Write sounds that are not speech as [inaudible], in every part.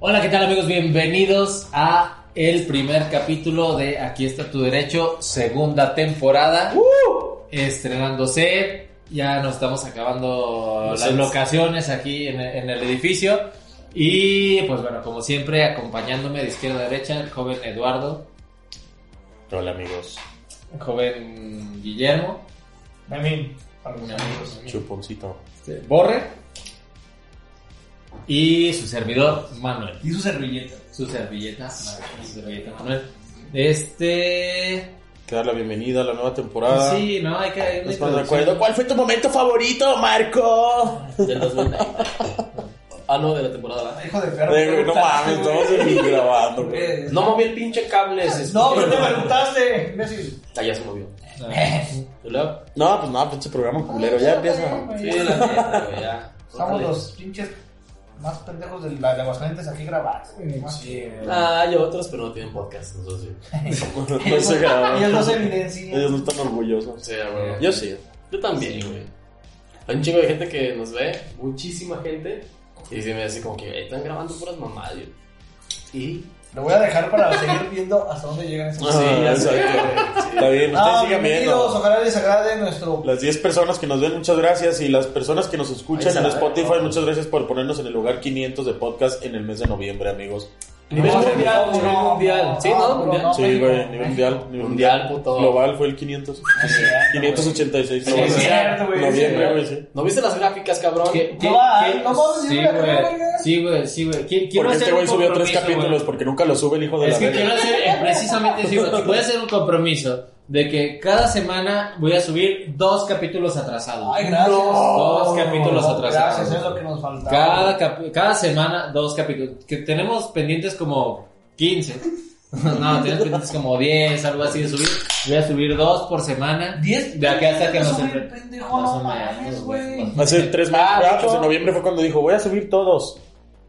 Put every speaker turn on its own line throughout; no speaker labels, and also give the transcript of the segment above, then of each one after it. Hola, ¿qué tal amigos? Bienvenidos a el primer capítulo de Aquí está tu derecho, segunda temporada, estrenándose. Ya nos estamos acabando las
sets.
locaciones aquí en, en el edificio. Y pues bueno, como siempre, acompañándome de izquierda a derecha, el joven Eduardo,
Hola amigos,
el joven Guillermo,
También.
mi amigo,
chuponcito.
este, Borre y su servidor Manuel.
Y su servilleta.
Su servilleta, Manuel, su servilleta, Manuel. Este. pues
Te da la bienvenida a la nueva temporada.
Sí, no, hay que. hay una
Nos ponemos Ah, de
introducción.
acuerdo. ¿Cuál fue tu momento favorito, Marco?
Del 2009. ah, no, de la temporada.
Hijo de perro.
Eh, güey, No mames, estamos aquí grabando. güey.
Eh,
No moví el pinche cable. se
No, pero te
escuchó.
preguntaste. imbécil.
Ah, ya se movió. ¿Y luego?
No, pues no, pinche programa culero.
Eh,
Ya empieza.
Sí, la neta, güey, ya.
Estamos los pinches más pendejos de, la, de Aguascalientes aquí grabados. Sí.
Ah, hay otros, pero no tienen podcast. Eso sí.
[laughs] No se
[laughs]
graba.
Ellos eh, no se evidencian.
Ellos no están orgullosos.
Sí, ah, güey.
Yo sí.
Yo también, güey. Hay un chingo de gente que nos ve, muchísima gente. Y se me dice como que "Ey, están grabando puras mamadas, güey. Y.
Lo voy a dejar para seguir viendo hasta dónde llegan esos.
Ah,
Sí, ya sé,
exacto.
güey, sí.
Está bien, ustedes
Ah,
sigan
bienvenidos,
viendo.
Ojalá les agrade nuestro.
Las 10 personas que nos ven, muchas gracias. Y las personas que nos escuchan
Ahí
en
está,
Spotify,
eh.
muchas gracias por ponernos en el lugar 500 de podcast en el mes de noviembre, amigos.
Nivel
No,
mundial,
no,
nivel
no,
mundial.
no,
Sí, no,
no,
mundial.
no,
Sí,
México,
güey, nivel mundial. Nivel
Mundial,
mundial.
puto.
Global fue el 500.
cierto,
586.
Sí,
global.
es
cierto, güey,
Noviembre,
sí,
güey, sí.
¿No viste las gráficas, cabrón?
¿Qué- qué-
No va,
qué-
no mames,
sí,
yo me la creo,
güey.
güey.
Sí, güey, sí, güey. Qui- Quiero
Porque
hacer
este güey
un
subió tres
compromiso, güey.
capítulos porque nunca lo sube el hijo de
Es
la
que quiero
verga.
hacer, eh, precisamente, sí, güey, voy a hacer un compromiso de que cada semana voy a subir dos capítulos atrasados.
Ay, gracias.
Dos capítulos atrasados.
Gracias, es lo que nos faltaba.
Cada, cap- cada semana, dos capítulos. Que tenemos pendientes como 15. No, tenemos pendientes como 10, algo así de subir. Voy a subir dos por semana.
10
De acá hasta que nos
Subir,
entre-
pendejo,
Más o
no mames,
menos,
güey.
Hace tres meses,
Ah,
ah,
dijo-
pues en noviembre fue cuando dijo, voy a subir todos.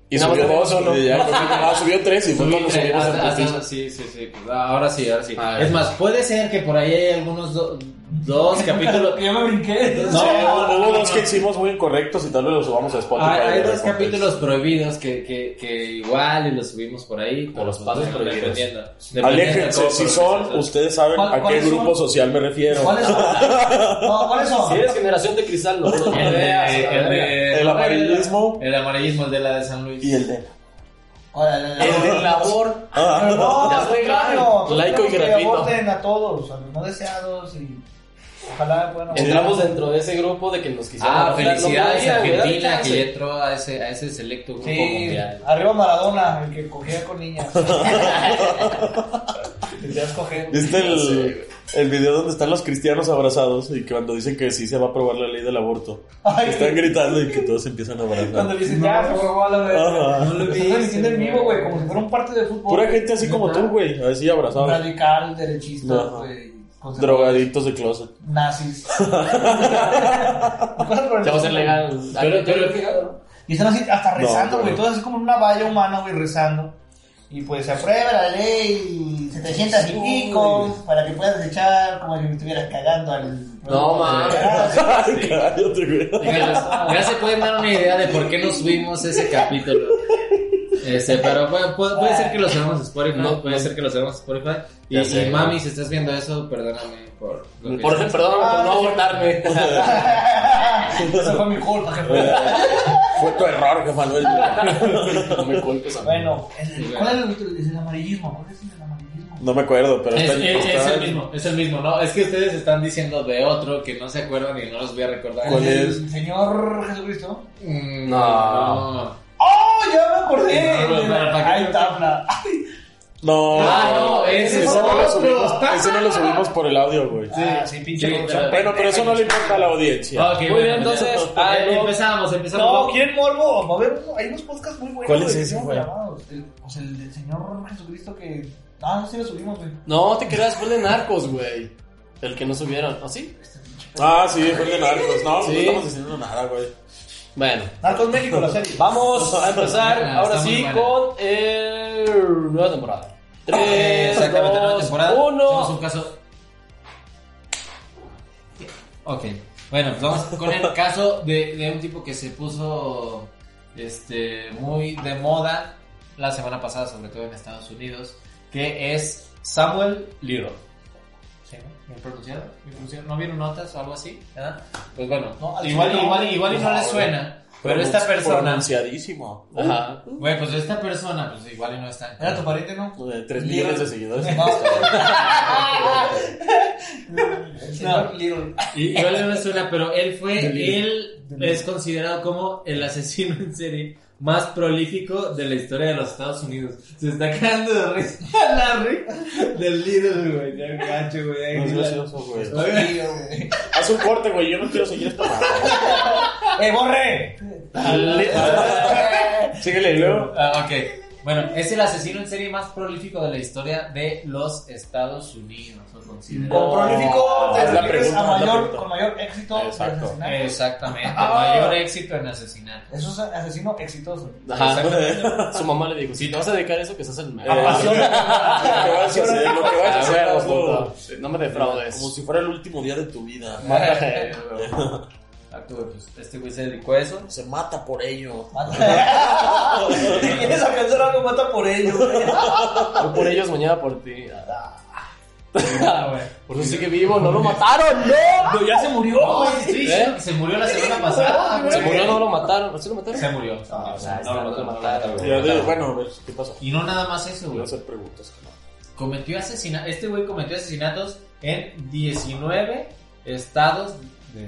Y
No,
subió
no,
dos,
no.
y ya, [laughs] pues, dijo, ah, subió tres y fue
Subí
cuando
tres,
subimos
hasta-
el
hasta-
postizo.
sí, sí, sí. pues, Ahora sí, ahora sí.
A ver.
Es más, puede ser que por ahí hay algunos do- dos capítulos.
[laughs] Ya me brinqué.
No,
Sí,
no,
hubo
no,
dos
no.
que hicimos muy incorrectos y tal vez los subamos a Spotify.
Ah,
Hay, hay
de
dos
repente.
capítulos prohibidos que, que, que igual y los subimos por ahí. pero
los
pues,
pasos
bueno,
prohibidos.
dependiendo- dependiendo de
Aléjense,
cómo
si
progresas,
son,
¿no?
ustedes saben
¿Cuál-
a qué
cuáles son?
grupo social me refiero.
¿Cuáles son? No, ¿cuáles son?
Si eres generación de cristal, no lo
El,
veas.
de-
a la
el
verga.
de-
El amarillismo.
El amarillismo, el de la de San Luis.
Y el de... Ah,
Órale,
El
órale.
del labor.
Pero Ah, no,
Ya soy
claro,
laico y
que
gratuito.
aborden a todos, a los no deseados y ojalá, bueno,
Entramos dentro de ese grupo de que nos quisieron.
Ah,
No,
felicidades
no
a
podía,
Argentina
güey,
que ya
dale chance.
entró a ese, a ese selecto grupo
sí,
mundial.
arriba Maradona, el que cogía con niñas. [laughs] Deseas coger.
¿Viste
[laughs]
Ya sé, güey.
el, el video donde están los cristianos abrazados y que cuando dicen que sí se va a aprobar la ley del aborto?
Ay.
están gritando y que todos empiezan a
Cuando
abrazar.
le dicen, ya, se fue a la
Ajá.
verga. Lo estás diciendo en vivo, güey, como si fuera un partido de fútbol.
Pura gente así como tú, güey, así abrazada.
Radical, derechista,
Ajá.
güey. conservador,
Drogaditos de closet.
Nazis. [laughs] Cosas por el
Ya va a ser
estilo.
legal.
Pero- pero-
Y están así hasta rezando,
No,
güey.
no.
Todo así como en una valla humana, güey, rezando. Y pues se aprueba la ley 700 y pico para que puedas echar como si me estuvieras cagando al.
No, mames.
[laughs] Ay, cállate,
[laughs]
güey.
Ya ya se pueden dar una idea de por qué no subimos ese capítulo. Este, pero puede, puede- puede ser que lo subamos a Spotify,
No,
puede ser que lo subamos a Spotify. Y,
Ya sé.
y, mami, si estás viendo eso, perdóname por... lo que-
Por ejemplo, perdóname por no abortarme.
Eso fue mi culpa, jefe.
Fue tu error, jefa Manuel.
[laughs] No me culpes a mí.
Bueno, el- ¿cuál es el, es el amarillismo? ¿Cuál es el amarillismo?
No me acuerdo, pero
Es,
está
es- es
está-
el mismo, es el mismo, ¿no? Es que ustedes están diciendo de otro que no se acuerdan y no los voy a recordar.
¿Cuál es?
¿El Señor Jesucristo.
Mm,
No.
no.
¡Oh! Ya me
No,
acordé.
no, no, ¿para qué?
Ay, tabla. Ay,
No,
Ah, no, ese
ese,
es
no lo
otro.
subimos, ese no lo subimos por el audio, güey.
Ah, sí, pinche.
Sí, Ah,
lucha.
pero-
Bueno, pero eso no le importa a la audiencia.
Ok,
Muy
bueno,
bien, entonces,
ya. Ah,
ahí
Ahí
no.
eh, empezamos, empezamos.
No,
Vamos.
¿quieren morbo? Va a haber uno- hay unos podcasts muy buenos.
¿Cuál es
güey, que
ese,
son
güey?
grabados. El- Pues el del Señor Jesucristo que. Ah, sí lo subimos, güey.
No, te quedas después de narcos, güey. El que no subieron, ¿o sí?
Este
Ah, sí, fue el de narcos. No,
Sí.
no estamos diciendo nada, güey.
Bueno,
Narcos México, la serie.
vamos a empezar
Está
ahora
muy
sí
buena.
con el nueva temporada. 3,
Exactamente, nueva temporada.
2,
Tenemos un
1.
caso. Ok. Bueno, pues vamos con el caso de, de un tipo que se puso este, muy de moda la semana pasada, sobre todo en Estados Unidos, que es Samuel Liro. ¿Sí, no? ¿Bien pronunciado? ¿Bien pronunciado? ¿No vieron notas o algo así? ¿Verdad? Pues bueno,
No, al
igual,
chile no.
igual, igual y no
No,
le
güey.
suena, pero esta persona...
Pronunciadísimo.
Ajá.
Güey, pues esta persona, pues igual y no está...
Era tu pariente, ¿no?
De 3 millones de seguidores.
No. El señor Little.
Y igual no me suena, pero él fue,
Delirio.
él es considerado como el asesino en serie más prolífico de la historia de los Estados Unidos. Se está cagando de risa [laughs] Larry del Lidl, güey. Ya gacho, güey.
No es
Ahí la-
gracioso, güey.
Oiga,
Haz un corte, güey. Yo no quiero seguir esta madre.
[laughs] ¡Eh, borre!
Síguele y luego.
[laughs] Ah, ok. Bueno, es el asesino en serie más prolífico de la historia de los Estados Unidos. o
Con
considerado.
prolífico te
Es Ah, la
refieres
pregunta,
a
es la
mayor,
pregunta.
con mayor éxito de
Exacto.
asesinato.
Exactamente.
Ah.
Mayor éxito en asesinato.
Eso es asesino exitoso.
Ajá. Su mamá le dijo, si te vas a dedicar a eso, que seas el
Eh,
[laughs]
mejor.
Lo que vas a hacer, lo que vas a
A
hacer,
ver,
hazlo.
puto, No me defraudes.
Como si fuera el último día de tu vida.
Exacto, güey, pues, este güey se dedicó a eso.
Se mata por ello.
Mata. [laughs] Si quieres alcanzar algo, mata por ello. güey.
Hoy por ellos, mañana por ti.
Ah, güey.
Por eso sigue vivo, no lo mataron, no.
Pero ya se murió, güey. Estoy
¿Eh?
diciendo que Se murió la semana pasada. güey.
Se murió, no lo mataron. ¿Sí lo mataron?
Se murió.
Ah,
O sea, no,
está,
no,
no
no,
lo mataron.
no,
Ya,
no,
de-
no.
bueno, a ver, ¿qué pasa?
Y no nada más eso,
Voy a
güey.
hacer preguntas. que no.
Cometió asesinatos. Este güey cometió asesinatos en 19 estados de,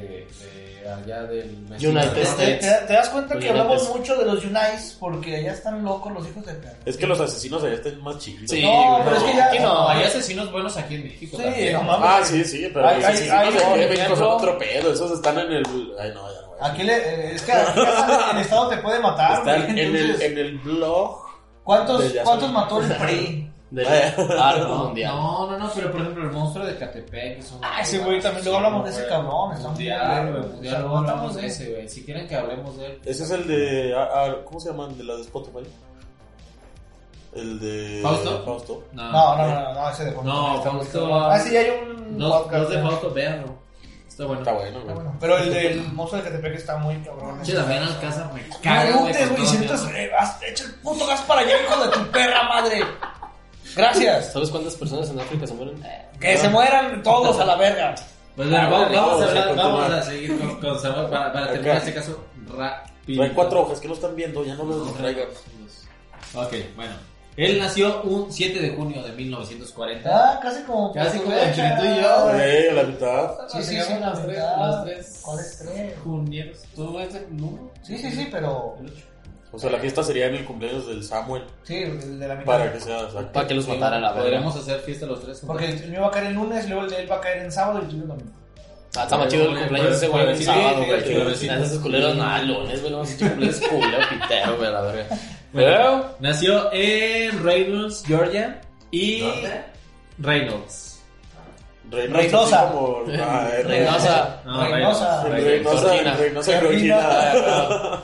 de allá del México.
United
Te,
States.
te- te das cuenta
Los
que hablamos
Unites.
mucho de los Unites porque allá están locos los hijos de perra.
Es que los asesinos allá están más chiquitos.
Sí,
No,
güey.
pero es que ya-
Aquí no, hay asesinos buenos aquí en México.
Sí,
también.
no mames.
Ah, sí, sí, pero
Ay,
los
ay,
asesinos
ay,
de aquí
por
de México son
ejemplo.
otro pedo. Esos están en el. Ay, no, ya no. güey.
Aquí le, eh, es que aquí hasta el Estado te puede matar.
Están
güey,
en el,
entonces,
en el blog.
¿Cuántos,
de- ya
cuántos
son-
mató el
[laughs]
PRI?
Del
Eh.
arte
No,
mundial.
no, no, no, pero por ejemplo el monstruo de Catepec. es un-
Ah, ese güey también, luego hablamos de ese
güey.
cabrón, está muy
Mundial,
bien,
güey,
güey.
mundial, luego hablamos de ese, güey. Si quieren que hablemos de él.
Ese es el de. ah, ah, ¿Cómo se llaman? De la de Spotify. El de.
¿Fausto?
Eh, Fausto.
No, no, no, no, no, ese de Fausto.
No,
Está muy
Fausto-
cabrón. Ah, sí, hay un
Dos,
podcast,
dos de
¿no?
Fausto, véanlo. Está bueno.
Está bueno,
Pero
güey.
bueno, Pero el del monstruo de Catepec está muy cabrón.
Che, también Alcázar me caga,
No
güey.
montes,
con
güey,
todo Pues, mi
sientas,
amor.
eh, vas- echa el puto gas para allá, hijo de tu perra madre. Gracias.
¿Sabes cuántas personas en África se mueren?
Que se mueran todos a la verga.
Pues bueno,
Ah,
vamos,
bueno,
vamos a
vamos a
hablar, vamos a
continuar.
seguir con, con Samuel para, para
Ok.
terminar este caso rápido.
Traen cuatro hojas que no están viendo, ya no los distraigan.
Ok, bueno. Él nació un 7 de junio de 1940.
Ah, casi como.
Casi como entre tú y yo, güey.
Güey, a la mitad.
Sí, sí, son las tres, las tres.
¿Cuáles tres?
Junieros. ¿Tú ese número?
Sí, sí, sí, pero.
El ocho.
O sea, la fiesta sería en el cumpleaños del Samuel.
Sí, el de la mitad.
Para que sea. exacto.
Para que los mataran a la verga.
Podríamos hacer fiesta los tres. juntos.
Porque el mío va a caer el lunes, luego el de él va a caer en sábado y el tuyo el domingo.
Ah, está más chido el cumpleaños de ese güey el
Sí,
sábado,
sí,
güey.
sí,
que
sí.
nada, Esos culeros nalones, güey. No, esos culeros culeros pitero, güey, la verga.
Bueno,
Pero,
Nació en Reynolds, Georgia. Y.
¿Dónde?
Reynolds.
Reynosa.
así como- Ah, eh,
Reynosa.
No,
Reynosa.
Reynosa.
Cortina.
Reynosa.
Cortina.
Cortina.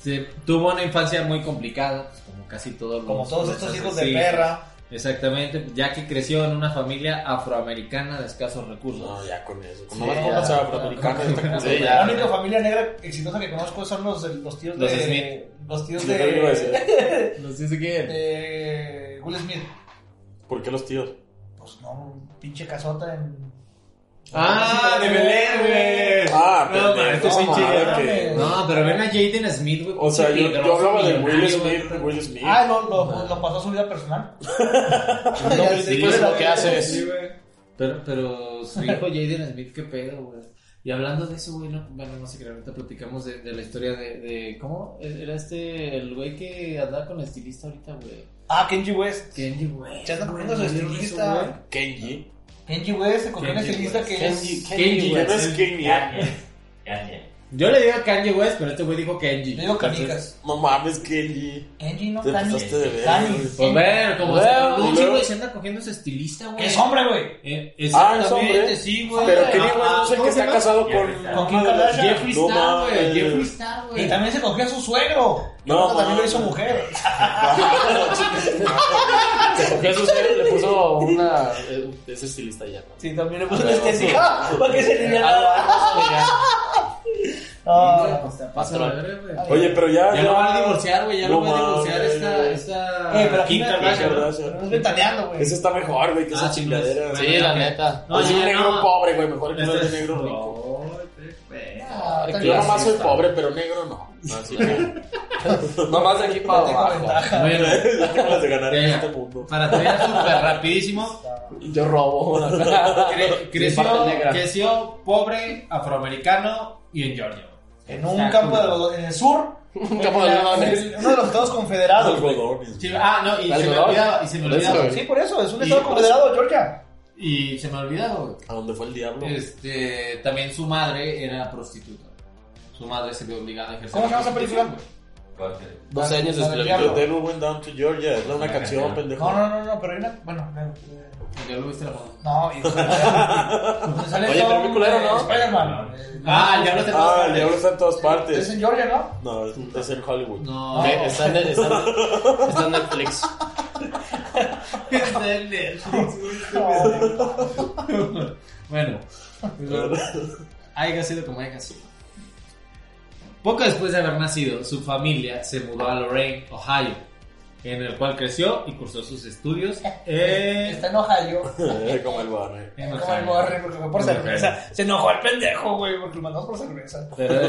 Sí, tuvo una infancia muy complicada, pues, como casi todos los
Como todos
los
estos hijos de
asesinos.
perra.
Exactamente, ya que creció en una familia afroamericana de escasos recursos.
No, ya con eso. Con
Sí,
nomás
ya.
con las afroamericanas esta cosa.
Sí,
La
ya.
única familia negra exitosa que conozco son los, los tíos
Los
de.
Smith.
Los tíos
Yo también iba a
de.
decir,
No sé si quién.
de Will Smith.
¿Por qué los tíos?
Pues no, un pinche casota en.
Ah, de Belén, güey.
Ah,
no,
pendejo,
este es
no,
pinche-
madre,
mames.
que-
No, pero ven a Jaden Smith, güey.
O sea, yo,
pinche
yo hablaba de
millonario,
Will
güey.
Smith,
[laughs]
Will Smith.
Ah, no, lo, lo pasó a su vida personal.
pues,
no critiques lo que
Sí,
haces.
güey. Pero, pero su hijo Jaden Smith, qué pedo, güey. Y hablando de eso, güey, no, bueno, no sé qué, ahorita platicamos de, de la historia de, de. ¿Cómo era este, el güey que andaba con la estilista ahorita, güey?
Ah, Kenji West.
Kenji, güey.
Ya anda
güey,
cogiendo a su
me dio eso,
estilista.
güey.
Kenji.
Kenji West se cogió una
Kenji
estilista
West.
que
Kenji,
es.
Kenji,
Que
güey.
no es Kenji.
Yo le digo a Kanye West, pero este güey dijo Kenji.
Yo digo canicas.
No mames, Kenji.
Kenji, no este,
Te
Tani.
pasaste de ver.
Tani.
Pues ver, como
Bueno,
sea,
y
un
luego-
chico se anda cogiendo su estilista, güey.
Es hombre, güey.
Eh,
Ah,
exactamente,
es hombre.
sí, güey.
Pero
Ah,
Kenji West no es el
¿cómo
que
se
está
llama?
casado
Ya,
con.
ya.
Con Kim Kardashian.
Jeffree
No
Star, güey.
mames.
Jeffree Star, güey.
Y
[laughs]
también se cogió a su suegro.
No,
No, también lo
mames.
hizo mujer.
Se cogió a su suegro y le puso una. eh, Es estilista ya. ¿no?
Sí, también le
puso una estética.
[laughs] Para que se Ah, pues,
Pasa la verga, güey.
Oye, pero ya.
Ya lo van a divorciar, güey. Ya lo
No
van a divorciar
mames.
esta. esta...
Eh, pero aquí
Kim
no-
Kardashian,
pero
Kardashian.
No es ventaneando, güey.
Ese está mejor, güey, que
Ah,
esa
sí,
chingadera.
sí.
Sí, la neta.
No,
es un
ya,
negro
no.
Pobre, güey, mejor que
Este
no
es
eres negro rico.
No, te- eh.
[laughs] Ah, está
Yo
bien.
nomás soy pobre, pero negro no.
[laughs]
Así que. nomás de aquí para
No tengo
abajo.
ventaja.
Bueno,
Las de ganar en
Venga.
este mundo.
para terminar súper rapidísimo,
Yo [laughs] robo.
cre- creció,
parte negra.
creció pobre, afroamericano y en Georgia.
En un campo de algodón- en el sur.
Un campo de
en la-
algodones.
en Uno de los estados
Los [laughs]
confederados. güey.
algodones.
Sí, ah, no, y se me
Algodón.
olvidaba, y se me
Por eso,
olvidaba.
güey.
Sí, por eso, es un
Y-
estado confederado, Georgia.
Y se me olvidaba, güey.
¿A dónde fue el diablo?
Este, también su madre era prostituta. Su madre se vio obligada a ejercer.
¿Cómo se llama esa
la
película?
prostitución,
12 años
Yo
Al
de esclavitud.
diablo.
tengo un buen down to Georgia. Es una
Una
canción,
canción.
pendejo.
No, no, no, no, pero hay una. Bueno, no, eh,
güey. Ya lo viste la foto.
no. y- donde sale
Oye, pero
Tom,
qué culero,
eh,
¿no?
Spider-man. Eh,
Ah, el diablo está en todas
Ah, el
partes.
diablo está en todas
Es
partes.
en Georgia, ¿no?
No, es, es en Hollywood. [laughs]
No,
Ok, eh, Está en está en- está en Netflix.
[laughs] está en Netflix, güey. [laughs] Bueno, haya sido como haya sido. Poco después de haber nacido, su familia se mudó a Lorraine, Ohio, en el cual creció y cursó sus estudios
[laughs]
en,
Está en Ohio.
Como el barrio.
en
Como el
Ohio.
borre, porque fue por cerveza. Se enojó el pendejo, güey, porque lo mandamos por cerveza.
[laughs] Pero,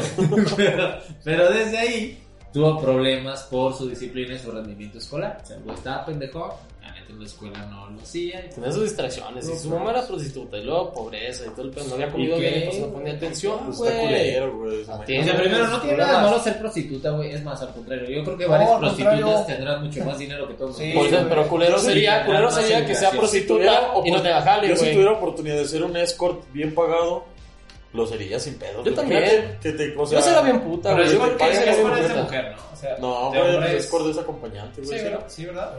pero- pero desde ahí tuvo problemas por su disciplina y su rendimiento escolar. O sea, el güey estaba pendejo, la neta en la escuela no lo hacía.
Tenía sus distracciones. Y su mamá era prostituta. Y luego pobreza y todo el pedo. No había comido
¿Y qué?
bien. Pues no ponía atención.
Pues está
güey.
culero, güey.
Atiende.
O sea, primero no tiene
Problemas.
nada de malo ser prostituta, güey. Es más, al contrario. Yo creo que
No,
varias
al
prostitutas
contrario.
tendrán mucho más dinero que todos.
Sí,
Por eso,
nosotros.
güey.
pero culero
Yo soy
sería,
liberal,
culero
no
sería
soy
que sea
gracioso.
prostituta y no te la jale,
Yo si
güey.
tuviera oportunidad de ser un escort bien pagado, lo sería sin pedo.
Yo
güey.
también.
Imagínate Que te, o sea,
Yo sería bien puta,
Pero
güey.
yo
Yo
creo
me
que
parece
es
que es
escort es de
puta.
mujer, ¿no? O sea,
No,
de
güey,
hombre
el
es-
escort es acompañante,
Sí,
güey.
¿verdad? Sí, ¿verdad?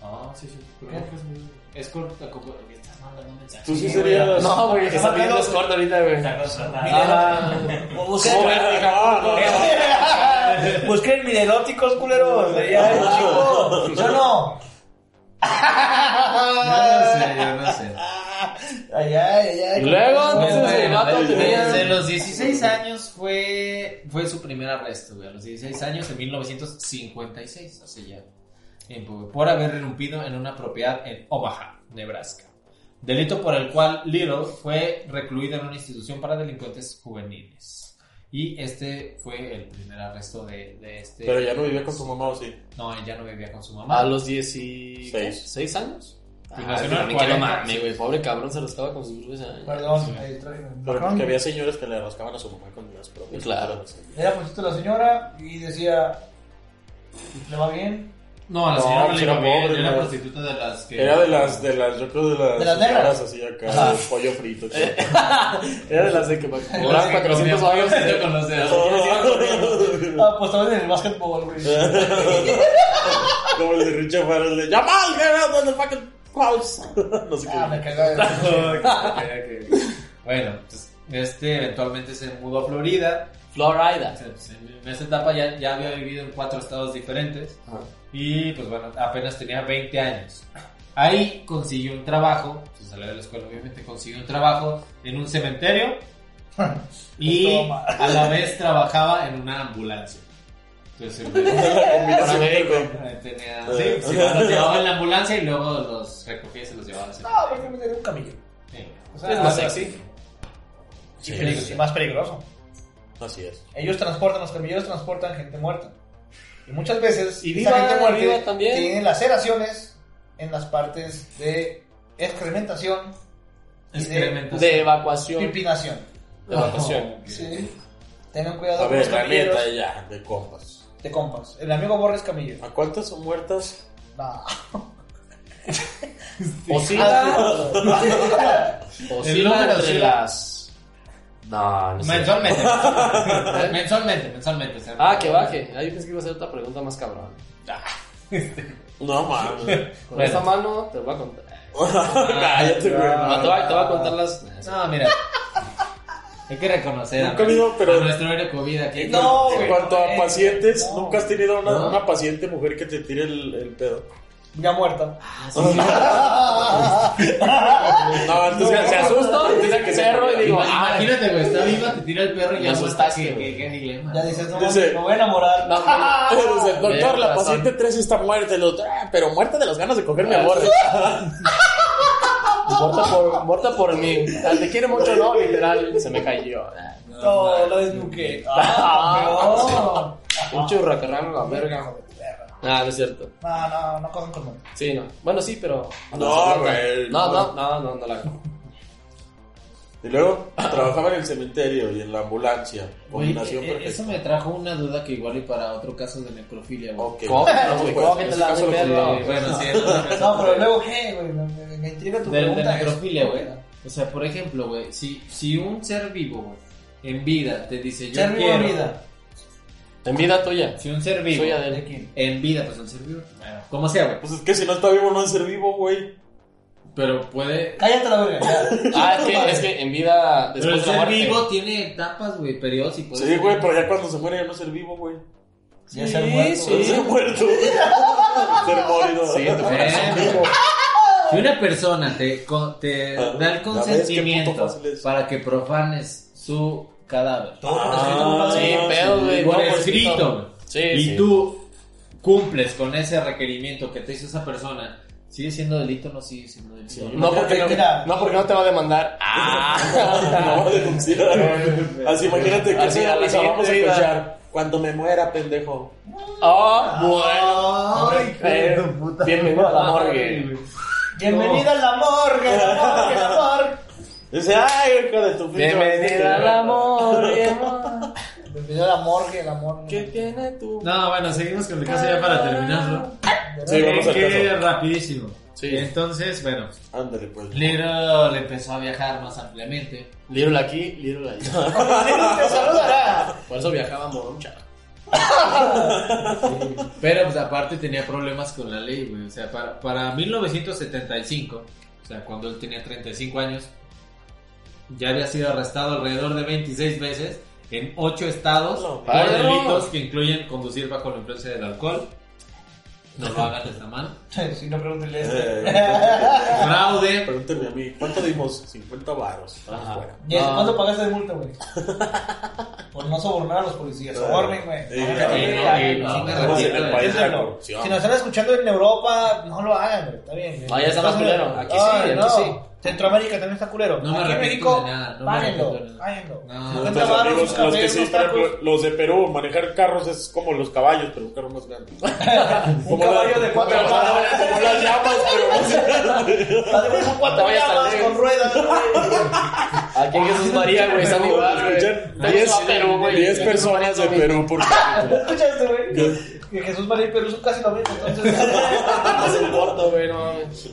Ah, sí, sí. ¿Por qué? Escort, ¿me estás mandando mensajes?
Tú sí
Sí,
serías.
No, güey, está
Marcelo.
pidiendo escort ahorita, güey.
[laughs]
Ah,
Busqué,
¿Cómo ves, hija?
Busqué en midelóticos, culeros. Ya, eh, chico. Yo no.
Yo no sé, yo no sé.
Ay, ay, ay.
Y luego, entonces,
Bueno,
el vato
desde- desde
tenía...
los 16 años fue, fue su primer arresto, güey. A los 16 años, en 1956, hace ya tiempo, por haber irrumpido en una propiedad en Omaha, Nebraska. Delito por el cual Little fue recluido en una institución para delincuentes juveniles. Y este fue el primer arresto de, de este.
Pero ya no vivía con su mamá, o sí.
No, él ya no vivía con su mamá.
A los 16
Seis.
¿seis años.
Y
Ah,
nació en el
también que no
40.
mames, güey. Pobre cabrón, se lo estaba con sus grupos.
Perdón, ahí traje un
Pero
bajón.
porque había señores pues, que le rascaban a su mamá con las propias.
Pues Claro.
Era puesto la señora y decía: ¿Le va bien?
No, a la
No,
señora no,
pues
le iba
era
bien,
pobre,
era
güey.
prostituta de las que.
Era de
[laughs]
las, de las, yo creo de las,
De las negras.
señoras así acá, de pollo frito.
[laughs]
chido.
Era de las de que cobraban 400
años
dólares.
con los
[laughs]
dedos.
Ah, pues estaba en el básquetbol, güey.
Como el de Richard Farrell de Jamal, get out of the fucking house. [laughs] No sé
Ah, me
qué.
[laughs] cagaba.
Ok, ok. [laughs] Bueno, pues, este eventualmente se mudó a Florida. O
Florida.
sea, pues, en en esa etapa ya, ya había vivido en cuatro estados diferentes.
Ah.
Ajá.
Y pues bueno, apenas tenía 20 años. Ahí consiguió un trabajo, se salió de la escuela obviamente, consiguió un trabajo en un cementerio
[laughs]
y
Todo mal.
a la vez trabajaba en una ambulancia.
[laughs]
Entonces el güey-
Para México.
tenía... Sí, sí, los llevaba en la ambulancia y luego los recogía y se los llevaba al cementerio.
No, porque me tenía pues, un camillo.
Sí.
O
Es más sexy.
Y pelig- y más peligroso.
Así es.
Ellos transportan, los camilleros transportan gente muerta. Y muchas veces
Y
esa
viva,
gente muerta
viva también.
tiene laceraciones en las partes de excrementación y de
Excrementación.
De evacuación.
pipinación.
de natación.
Sí. Tengan cuidado
A
con los
ver, la
camilleros
neta ya, de compas.
de compas. El amigo Borges Camillo.
¿A cuántas son muertas?
No.
Oscila, Ah. oscila
número
entre
oscila.
las. No, no sé.
Mensualmente. mensualmente, mensualmente. se-
Ah, que baje. Ah, yo pensé que iba a ser otra pregunta más cabrón.
No mames.
[laughs] Con
Bueno.
esta mano te voy a contar.
Cállate, güey.
Ah, te, voy a, te voy a contar las.
No, mira. Hay que reconocer
Nunca
a-
he ido,
a
pero-
nuestro héroe COVID aquí.
No,
En
güey.
cuanto a
Eh,
pacientes,
no.
¿nunca has tenido una,
No.
una paciente mujer que te tire el, el pedo?
[laughs] Ya muerta.
Ah.
No, entonces
Se asusta, empieza que cerro y digo, ah,
Imagínate, güey, está viva, te tira el perro y
Me
ya
asustaste,
que- que-
güey.
que dilema.
Ya dices, no,
Dice-
me voy a enamorar.
no, no, no.
Entonces, el doctor,
Tienes
la
razón.
paciente 3 está muerta. El otro, "Ah, pero muerta de las ganas de cogerme a bordo.
Muerta por, muerta por mí. Ah, Te quiere mucho, no, literal. Se me cayó.
No, lo desnuqué.
[laughs]
Ah,
Un churro, cargando la verga. Ah, no es cierto.
no. No, no, no cojan conmigo.
Sí, no. Bueno, sí, pero.
No, güey.
No, no, no, no, no la hago.
Y luego trabajaba en el cementerio y en la ambulancia.
Güey,
Combinación
eh, eh,
perfecta.
eso me trajo una duda que igual y para otro caso de necrofilia, güey.
Ok.
Cógetela, güey,
Pues,
cógetela,
en ese caso
güey,
lo
perro.
contamos.
Eh, Bueno, sí, es otro caso.
No, pero luego, ¿qué, güey? Me- Me me intriga tu
de, de
pregunta.
necrofilia, güey. O sea, por ejemplo, güey, si, si un ser vivo, güey, en vida te dice yo
Ser vivo
quiero.
en vida.
En vida tuya.
Si un ser vivo
Soy
¿De
Adel.
quién?
en vida, pues un ser vivo, bueno, como sea, güey.
Pues es que si no está vivo, no es ser vivo, güey.
Pero puede.
Cállate la verga. ya.
Ah, es que, es que en vida
Pero el
después de la
ser
muerte.
vivo tiene etapas, güey, periodos y
Pues
puede
Sí,
ser-
güey, pero ya cuando se muere ya no es ser vivo, güey.
Ya ser muerto.
sí.
No es ser muerto.
[laughs]
ser morido.
Siguiente frase.
Eh, Si una persona te, con- te
Ah,
da el
ya ves, qué
consentimiento
puto fácil es.
para que profanes su cadáver
Ah,
Sí, pedo, güey.
por
no,
escrito, güey,
Sí,
y
sí.
tú cumples con ese requerimiento que te hizo esa persona, ¿sigue siendo delito o no sigue siendo delito?
No porque
Mira.
no, no porque no te va a demandar. Ah.
[laughs] No va a denunciar. Así imagínate que
Así,
sea,
a la
o sea, vamos a
siguiente
escuchar. Cuando me muera, pendejo.
Ah, bueno.
Ay,
Eh, bienvenido a la morgue.
Bienvenido a la morgue, la morgue, la morgue.
Dice, ay, hijo de tu pinche
Bienvenido a
madre".
la morgue.
Bienvenido a la morgue, la morgue.
¿Qué tiene tu?
No, bueno, seguimos con el caso ya para terminarlo.
Sí, vamos al
que
caso.
rapidísimo.
Sí.
Entonces, bueno,
Ándale, pues.
Little empezó a viajar más ampliamente.
Little aquí, Little allá.
[laughs] Te saludará.
Por eso viajaba moroncha.
Pero pues aparte tenía problemas con la ley, güey. O sea, para, para 1975, o sea, cuando él tenía 35 años, ya había sido arrestado alrededor de 26 veces en 8 estados
No,
por
padre.
delitos que incluyen conducir bajo la influencia del alcohol. No lo hagan, está mal.
Si no pregúntele
Eh,
este.
pregúntale-
Fraude.
Pregúntale a mí, ¿cuánto dimos? 50 varos.
Ajá.
Fuera.
¿Y eso,
No.
cuánto pagaste de multa, güey? Por no sobornar a los policías. Sobornen, güey.
Sí,
No,
claro.
sí,
Sí,
hagan,
no,
sí,
no,
hagan.
Estamos en el país de la
Déjenlo.
corrupción.
Si nos están escuchando en Europa, no lo hagan, güey. Está bien. güey.
No, ya está más culero. Aquí sí,
Ay,
aquí
no.
sí.
Centroamérica también está culero.
No me
Aquí en
arrepiento
México,
de nada, no me
páguenlo,
arrepiento de nada.
páguenlo.
No.
Cincuenta
Nuestros
varos,
amigos,
un
los
café,
que sí,
unos
por ejemplo,
tacos.
los de Perú, manejar carros es como los caballos, pero un carro más grande.
Un caballo de cuatro
como la-
patas.
Como las llamas, pero más grande.
Además son cuatro
Voy a
llamas
salir.
con
[laughs]
ruedas, güey.
Aquí en Jesús María, güey, están igual, güey.
Escuchan
Nadie va a Perú, güey.
10 personas de Perú por
¿Lo escuchaste, güey? Que Jesús María y Perú son casi lo mismo,
[laughs]
entonces.
No se importa, güey, no mames.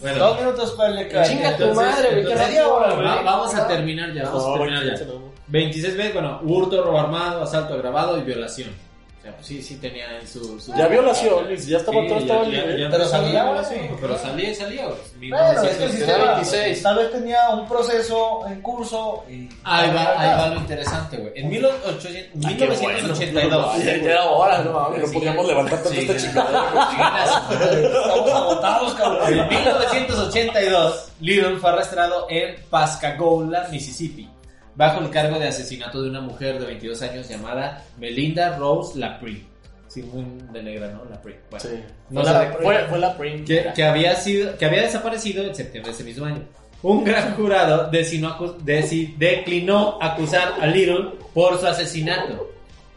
Bueno,
Dos minutos para el
Que chinga tu madre, güey, que
entonces-
media hora, güey.
va- vamos a terminar ya, vamos a terminar ya.
No,
26 veces, bueno, hurto, robo armado, asalto agravado y violación. O sea, pues sí, sí tenía en su... su-
[laughs] Ya violación, Luis, ya estaba
Sí,
todo,
ya-
estaba
ya-
libre.
ya
Pero
empezó
salía,
la
güey.
violación, Pero salía y salía, güey. Mi
Bueno,
mamá
es que el
siempre-
Tenía
sistema
26.
tal vez tenía un proceso en curso y...
Ahí va, ahí va lo interesante, güey. En 1800
Ah, qué bueno.
1982.
Ay, te da hora, no mames.
No podíamos levantar tanto
Sí,
esta
sí.
chingada.
Estamos agotados,
En
cabrón.
1982, Lidl fue arrestado en Pascagoula, Mississippi, bajo el cargo de asesinato de una mujer de 22 años llamada Melinda Rose Lapri. Sí, muy de negra, ¿no? Lapri. Bueno,
Sí.
No
Fue la-
sé.
fue, fue la prim.
que, que había sido, que había desaparecido en septiembre de ese mismo año. Un gran jurado decidió acu- deci- declinó acusar a Little por su asesinato.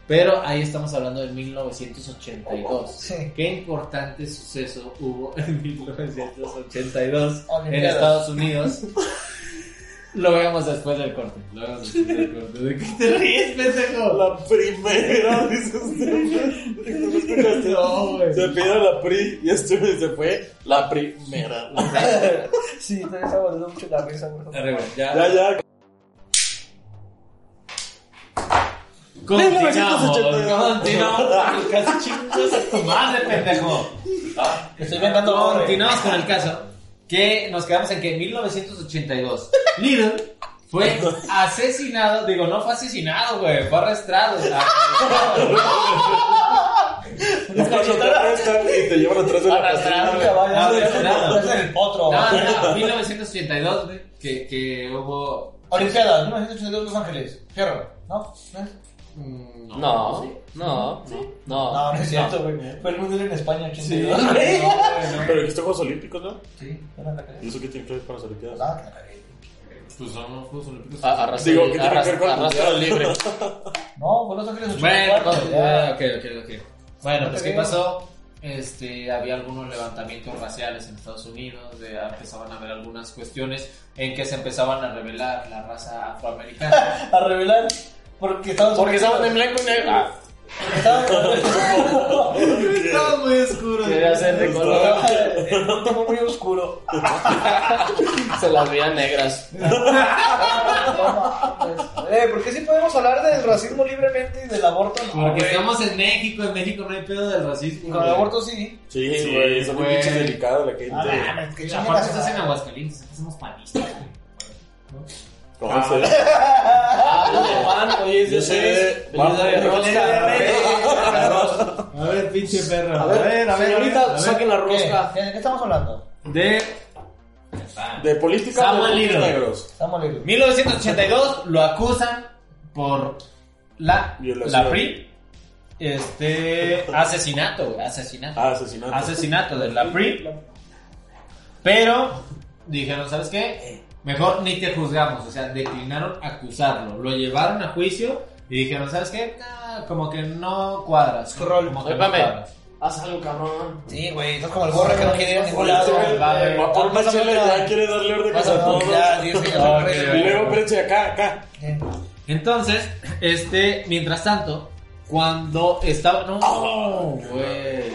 Pero ahí estamos hablando de 1982.
Sí.
Qué importante suceso [laughs] hubo en 1982 en
Olimpiadas.
Estados Unidos. Lo vemos después del corte. Lo vemos después del corte. ¿De qué te ríes, pendejo?
La primera, dice usted.
No, güey.
Se pidió la pri y este güey se fue la primera.
Sí, te está volviendo mucho la risa, güey.
Arre, güey, ya.
Ya, ya.
Continuamos,
1982.
continuamos. Casi chingos a tu madre, pendejo. Estoy inventando.
madre.
Continuamos con el caso. Que nos quedamos en que en 1982 Little fue asesinado. Digo, no fue asesinado, güey. Fue arrestado. Ah,
Es cuando te arrestan y te llevan atrás de la
Arrastrado,
pastilla.
güey. Arrastrado.
Es el potro.
No, no, 1982, güey. Que, que hubo.
Olimpiadas, 1982 Los Ángeles. Fierro, ¿no? ¿No es?
mm,
No,
sí.
no, no.
No, no es cierto, güey. Fue el mundial en España, [laughs] 82.
No, güey,
güey.
no.
Pero que están Juegos Olímpicos, ¿no?
Sí, no la cagué.
¿Y eso qué tiene que ver con las Olimpiadas?
Ah, que la cagué.
Pues son los Juegos Olímpicos.
A- Arrastra
Digo, ¿qué tiene que ver con-
arrastra libre.
No, fue Los Ángeles 84.
Bueno,
ya.
ok, ok, ok. Bueno, pues ¿qué pasó? Este, había algunos levantamientos raciales en Estados Unidos, de- empezaban a haber algunas cuestiones en que se empezaban a revelar la raza [laughs] afroamericana.
A revelar. Porque estamos.
Porque estaban
[laughs]
en blanco y negro. Ah,
Porque [laughs] estamos.
Estaba muy oscuro. [laughs]
Quería ser de color.
[laughs] Estamos muy oscuro.
Se las veía negras.
Eh, ¿por qué sí podemos hablar del racismo libremente y del aborto? No,
Porque
güey.
estamos en México, en México no hay pedo del racismo.
Con el aborto sí. Ah,
Sí,
Sí,
güey, son muy
güey.
pinches delicados la gente.
mames, que
Aparte estás en Aguascalientes, aquí somos panistas. güey.
¿Cómo se
Ah, Oye,
Yo sé.
Vamos de
Vamos. [laughs]
rosca.
A ver, pinche perro.
A ver, a ver. Ahorita saquen la
¿Qué?
rosca.
¿De qué estamos hablando?
De
De política
Samuel
de
Lilo.
los negros.
Estamos libres.
1982 lo acusan por la,
Violación.
la PRI. Este asesinato, güey, asesinato.
Ah, asesinato.
Asesinato de la PRI. Pero dijeron, ¿sabes qué? Mejor ni te juzgamos. O sea, declinaron acusarlo. Lo llevaron a juicio y dijeron, ¿sabes qué? Ah, como que no cuadras.
Rol.
Como que no
Espérame.
cuadras.
Haz algo, cabrón.
Sí, güey, estás como el gorra que no quiere ir a ningún lado.
Este güey,
vale.
Vapor Marcelo ya quiere darle órdenes a todos.
Ya, sí, sí, ya.
Ok,
Y luego, espérense, acá, acá.
¿Qué?
Entonces, este, mientras tanto, cuando estaba. No, güey.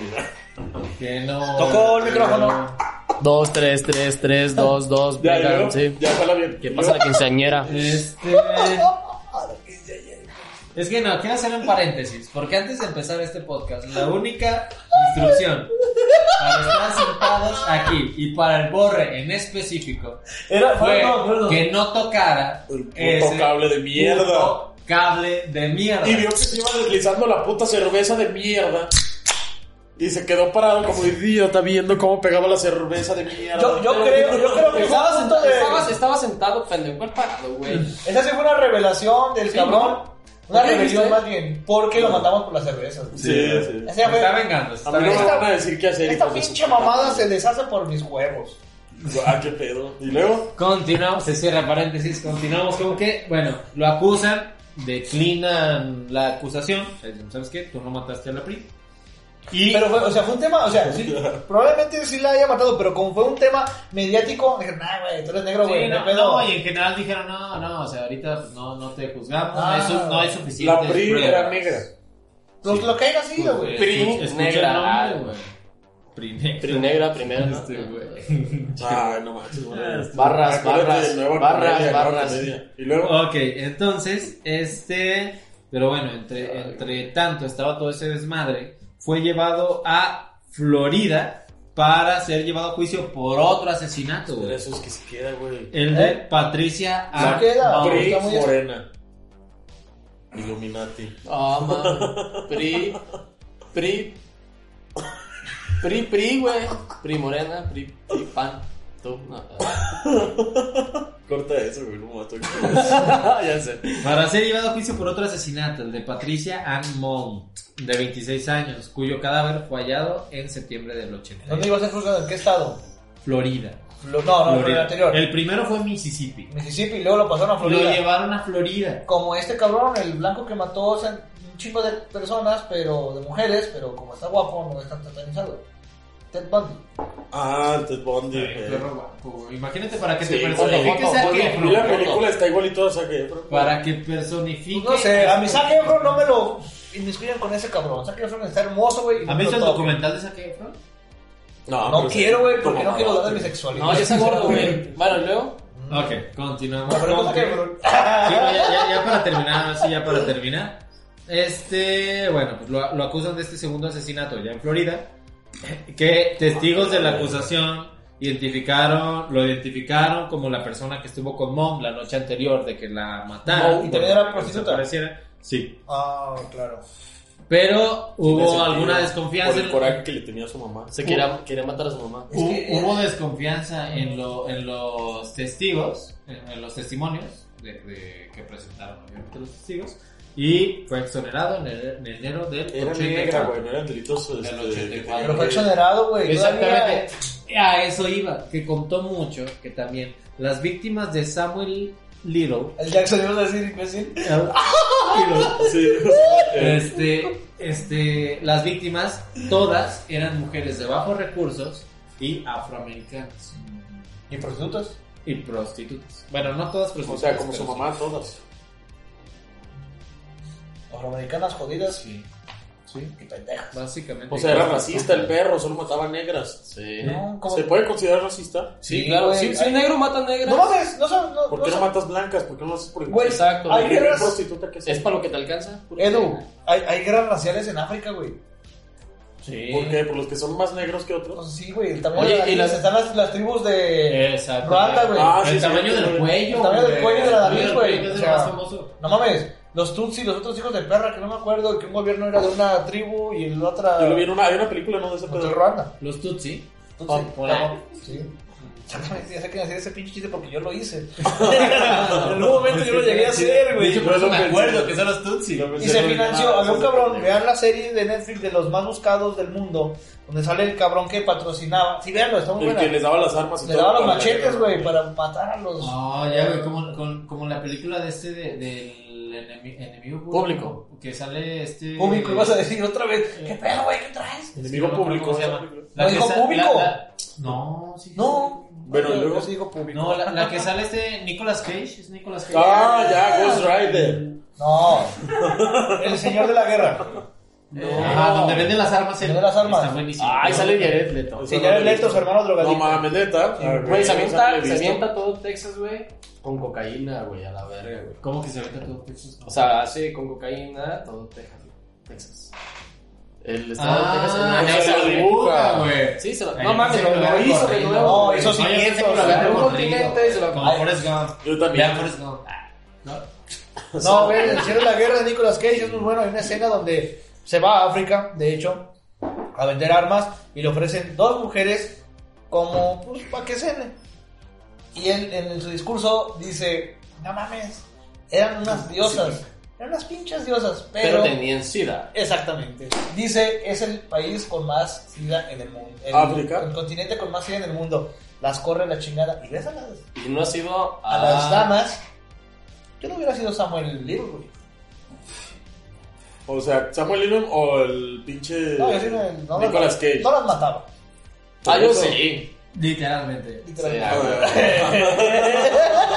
Que no.
Oh, Tocó el micrófono.
2, 3, 3, 3, 2, 2.
Ya, ya, ya, jala bien.
¿Qué pasa la quinceañera?
Este. Es que no, quiero hacer un paréntesis, porque antes de empezar este podcast, la única instrucción para estar sentados aquí y para el borre en específico
Era,
fue
no, no, no.
que no tocara
El puto
ese
cable de mierda.
puto cable de mierda.
Y vio que [laughs] se iba deslizando la puta cerveza de mierda. Y se quedó parado como idiota viendo cómo pegaba la cerveza de mierda.
Yo, yo creo, yo creo que
Estaba
estaba
sentado,
entonces.
estaba sentado, pendejo. ¿Cuál parado, güey?
Esa sí fue una revelación del
Sí,
cabrón.
¿no?
Una
¿Por qué
rebelión
viste?
más bien. Porque lo matamos por las cervezas. güey.
Sí, sí.
Esa
Se
ya fue-
está vengando, se
A
está
mí no me
vengando.
van a decir qué hacer.
Esta
hijos de su
pinche
puta
mamada
madre.
se deshace por mis huevos.
Ah, qué pedo. Y luego,
Continuamos, se cierra paréntesis, continuamos como que, bueno, lo acusan, declinan la acusación, o sea, dicen, ¿sabes qué? Tú no mataste a la PRI. Y
Pero fue, o sea, fue un tema, o
[laughs]
sea, sí, probablemente sí la haya matado, pero como fue un tema mediático, dijeron, nah, güey, tú eres negro,
Sí,
güey, no,
no,
hay pedo.
no, y en general dijeron, no, no, o sea, ahorita pues, no, no te juzgamos,
Ah.
no, hay su- no hay
la
suficiente.
PRI era negra.
Pues lo que haya sido, güey.
PRI negra.
PRI negra.
Primegra, primera.
Este, güey.
Ay, Ah, no manches, bueno.
Barras,
Acuérdate
barras,
de nuevo,
barras,
comedia, nueva
barras.
comedia. Y
[laughs]
luego,
Ok, entonces, este. Pero bueno, entre, entre tanto estaba todo ese desmadre. Fue llevado a Florida para ser llevado a juicio por otro asesinato,
de
güey.
esos que se queda, güey.
El de
¿Eh?
Patricia
¿Se
A.
queda?
Bauer.
PRI
está muy-
morena. Illuminati.
Ah, man. Pri. Pri. Pri, pri, güey. Pri morena, pri, pri pan. Tú, no.
Corta eso, güey. No mato.
ya sé.
Para ser llevado a juicio por otro asesinato, el de Patricia Ann Mount, de 26 años, cuyo cadáver fue hallado en septiembre del 80.
¿Dónde iba a ser juzgado? ¿En qué estado?
Florida.
Lo- no, no, pero el
Florida.
anterior.
El primero fue en Mississippi.
Mississippi, y luego lo pasaron a
Lo
Florida.
llevaron a Florida.
Como este cabrón, el blanco que mató o sea, un chingo de personas, pero de mujeres, pero como está guapo, no está satanizado. Ted Bundy.
Ah, Ted Bundy,
Ay,
güey.
perro guapo, güey. Imagínate para que
Sí,
te
con la
personifiques
foto,
a
con la
Zac
Y la
Efron.
película está igualito a Zac Efron.
Para que este personifiques.
Pues No sé, a mi Zac Efron no me lo inmiscuyan con ese cabrón. Saque Efron está hermoso, güey. y
¿Han visto el
lo toco.
documental de Zac Efron?
No
Ah, pero sí,
quiero, güey, porque
como
no quiero
mamá.
dar de mi sexualidad.
No, ya está gordo, güey. Bueno, ¿y luego.
Ok, continuamos.
Pero no
Sí,
Zac Efron.
Ah,
ya, ya- ya para terminar, sí, ya para terminar. Este, bueno, pues lo, lo acusan de este segundo asesinato ya en Florida. Que testigos de la acusación identificaron, lo identificaron como la persona que estuvo con Mom la noche anterior de que la mataron.
Mom, ¿y también era
Que
prostituta?
desapareciera. Sí.
Ah, claro.
Pero hubo
Tiene
alguna
sentido,
desconfianza.
Por el
en-
coraje que le tenía a su mamá.
Se quería, quería matar a su mamá.
Es
Hu-
que-
hubo desconfianza en, lo- en los testigos, en, en los testimonios de, de- que presentaron obviamente los testigos, y fue exonerado en, el- en enero del
Era
84.
negra, güey, no eran delitos. este,
Del 84.
Pero fue exonerado, güey.
Exactamente. A eso iba, que contó mucho que también las víctimas de Samuel Little, [laughs]
El Jackson ibas a decir imbécil.
Little,
Sí,
[laughs]
eh,
este, este, las víctimas todas eran mujeres de bajos recursos y afroamericanas.
¿Y prostitutas?
Y prostitutas. Bueno, no todas
o
prostitutas.
sea, como
pero
su mamá, todas.
Afroamericanas jodidas.
Sí,
Sí. Qué pendejas.
básicamente.
O sea, era racista el perro, solo mataba negras.
Sí.
No, como-
¿Se puede considerar racista?
Sí,
Sí,
claro.
güey.
Si, si un negro mata a negro.
No mames, no son. No,
¿Por
no
qué no
son-
matas blancas? ¿Por qué no lo haces por el
Güey,
Exacto.
hay
güey.
Primer
guerras.
prostituta que sea.
Es para lo que te alcanza. pura
Edu,
pena.
hay, hay guerras raciales en África, güey.
Sí.
¿Por qué? ¿Por los que son más negros que otros?
Entonces sí, güey. El tamaño
Oye,
de la
y
nariz,
las-
están las, las tribus de
Exacto.
Ruanda, güey.
Ah, sí,
el
sí,
tamaño
sí,
del
sí.
cuello.
El tamaño del
güey.
cuello de la nariz,
El
güey.
cuello Es
O
el
sea,
más famoso.
No mames, los Tutsis, los otros hijos del perra, que no me acuerdo, que un gobierno era de una tribu y el otra.
Yo lo vi en una, hay una película, ¿no? De ese
otro de
pedo.
Ruanda.
Los Tutsi.
Tutsi.
Ah, por
Ajá,
ahí.
Sí. Ya no me ya sé que hacer ese pinche chiste porque yo lo [laughs] hice. en algún momento yo lo llegué a hacer,
De hecho,
güey.
por eso me
Pero
acuerdo
pensé-
que son los Tutsi.
Yo pensé
Y se
que era
financió,
nada,
había un
solo
Ah, cabrón,
negros.
vean la serie de Netflix de los más buscados del mundo, donde sale el cabrón que patrocinaba. Sí, veanlo, está muy
El
buena.
que les daba las armas y
Le
todo
daba los
para la
machetes,
guerra.
güey, para matar a los.
No, Ah, ya, güey, como, con- como la película de este de- del enemi- enemigo
Público.
Que sale este.
Público, ibas a decir otra vez, ¿qué pedo, güey? ¿Qué traes?
Enemigo público.
¿Cómo se llama?
¿No
que
dijo
sa-
público?
la- la- No, sí.
No.
Bueno, y
Yo
luego-
sí digo público.
No, la, la que sale este Nicolas Cage. Es Nicolas Cage.
Ah, ya, Ghost Rider.
No.
[laughs]
El señor de la guerra.
No. Eh, Ajá, donde venden las armas.
Donde las armas.
Está buenísimo.
Ay, sale Jared Leto.
O sea,
Señor
no lo he
electo,
visto.
su hermano drogadicto.
No mames, neta. Ah,
Güey,
no
se
lo he
avienta, se
visto.
avienta todo Texas, güey. Con cocaína, güey, a la verga, güey.
¿Cómo que se avienta todo Texas?
O sea, hace con cocaína todo Texas, güey. Texas. El estado de Texas.
ah,
una
ya se
anexo,
lo
güey.
dibuja, güey.
Sí, se lo.
Ahí
No mames,
se
lo, lo
lo
hizo de
corrido.
nuevo.
No,
güey.
hizo
Oye, ese
cimientos.
lo
güey.
agarró
Un
corrido.
continente se lo.
Como Forrest Gump.
Yo
Vean
también.
Forrest Gump. ¿No?
No, güey, el señor de la guerra de Nicolas Cage es muy bueno. Hay una escena donde se va a África, de hecho, a vender armas y le ofrecen dos mujeres como, pues, para que cene. Y él en su discurso dice, no mames, eran unas diosas. Eran unas pinches diosas,
Pero tenían sida.
Exactamente. Dice, es el país con más sida en el mundo. El,
África.
El continente con más sida en el mundo. Las corre la chingada. Y ves a las,
Y no ha sido
Ah.
a las damas. Yo no hubiera sido Samuel Little, güey.
O sea, Samuel Linum o el pinche
No, yo sí me- no las-
Nicolas Cage.
No las mataba.
Ah, yo sí.
Literalmente.
Sí,
Literalmente.
ah,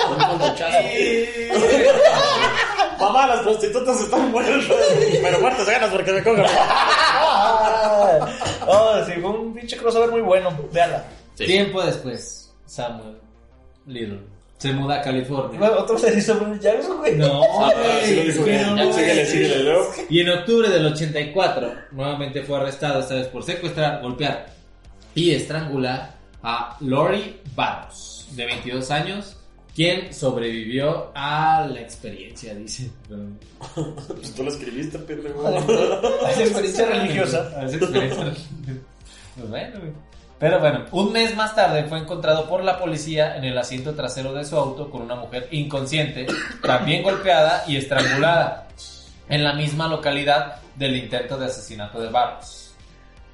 güey. Un conchazo.
Mamá, las prostitutas están muertas. Pero muertas ganas porque me cogen.
Ah, [laughs] oh, sí, fue un pinche crossover muy bueno. Veanla.
Sí.
Tiempo después, Samuel Little se muda a California.
Otro se hizo Samuel Jackson, güey.
No,
[laughs]
güey,
Sí, lo hizo
pero
bien.
no,
Síguele,
güey.
síguele, luego.
Y en octubre del 84, nuevamente fue arrestado, esta vez por secuestrar, golpear y estrangular a Lori Barros, de 22 años, quien sobrevivió a la experiencia, dice.
Pues tú lo escribiste, pendejo.
Es
[laughs]
experiencia religiosa.
A esa experiencia. Pues bueno, güey. Pero bueno, un mes más tarde fue encontrado por la policía en el asiento trasero de su auto con una mujer inconsciente, también golpeada y estrangulada, en la misma localidad del intento de asesinato de Barros.